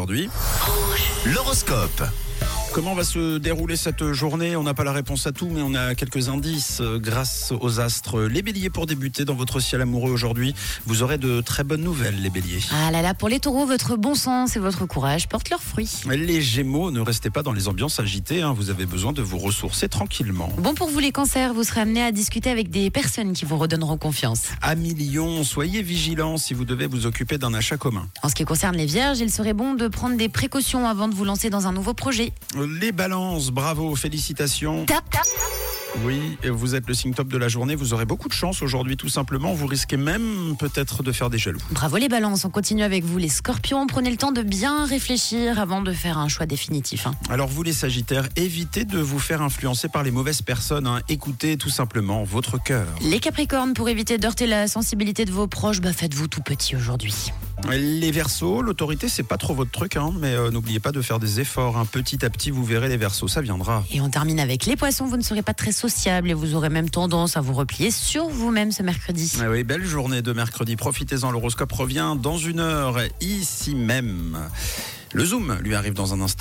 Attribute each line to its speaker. Speaker 1: aujourd'hui. L'horoscope. Comment va se dérouler cette journée On n'a pas la réponse à tout, mais on a quelques indices euh, grâce aux astres. Les béliers, pour débuter dans votre ciel amoureux aujourd'hui, vous aurez de très bonnes nouvelles, les béliers.
Speaker 2: Ah là là, pour les taureaux, votre bon sens et votre courage portent leurs fruits.
Speaker 1: Les gémeaux, ne restez pas dans les ambiances agitées, hein, vous avez besoin de vous ressourcer tranquillement.
Speaker 2: Bon pour vous les cancers, vous serez amenés à discuter avec des personnes qui vous redonneront confiance.
Speaker 1: À millions, soyez vigilants si vous devez vous occuper d'un achat commun.
Speaker 2: En ce qui concerne les vierges, il serait bon de prendre des précautions avant de vous lancer dans un nouveau projet.
Speaker 1: Les balances, bravo, félicitations.
Speaker 2: Tap tap
Speaker 1: Oui, vous êtes le signe top de la journée, vous aurez beaucoup de chance aujourd'hui tout simplement, vous risquez même peut-être de faire des jaloux.
Speaker 2: Bravo les balances, on continue avec vous les scorpions, prenez le temps de bien réfléchir avant de faire un choix définitif. hein.
Speaker 1: Alors vous les Sagittaires, évitez de vous faire influencer par les mauvaises personnes, hein. écoutez tout simplement votre cœur.
Speaker 2: Les capricornes, pour éviter d'heurter la sensibilité de vos proches, bah faites-vous tout petit aujourd'hui.
Speaker 1: Les Verseaux, l'autorité c'est pas trop votre truc, hein, mais euh, n'oubliez pas de faire des efforts, hein. petit à petit vous verrez les Verseaux, ça viendra.
Speaker 2: Et on termine avec les poissons, vous ne serez pas très sociable et vous aurez même tendance à vous replier sur vous-même ce mercredi.
Speaker 1: Ah oui, belle journée de mercredi, profitez-en, l'horoscope revient dans une heure, ici même. Le Zoom lui arrive dans un instant.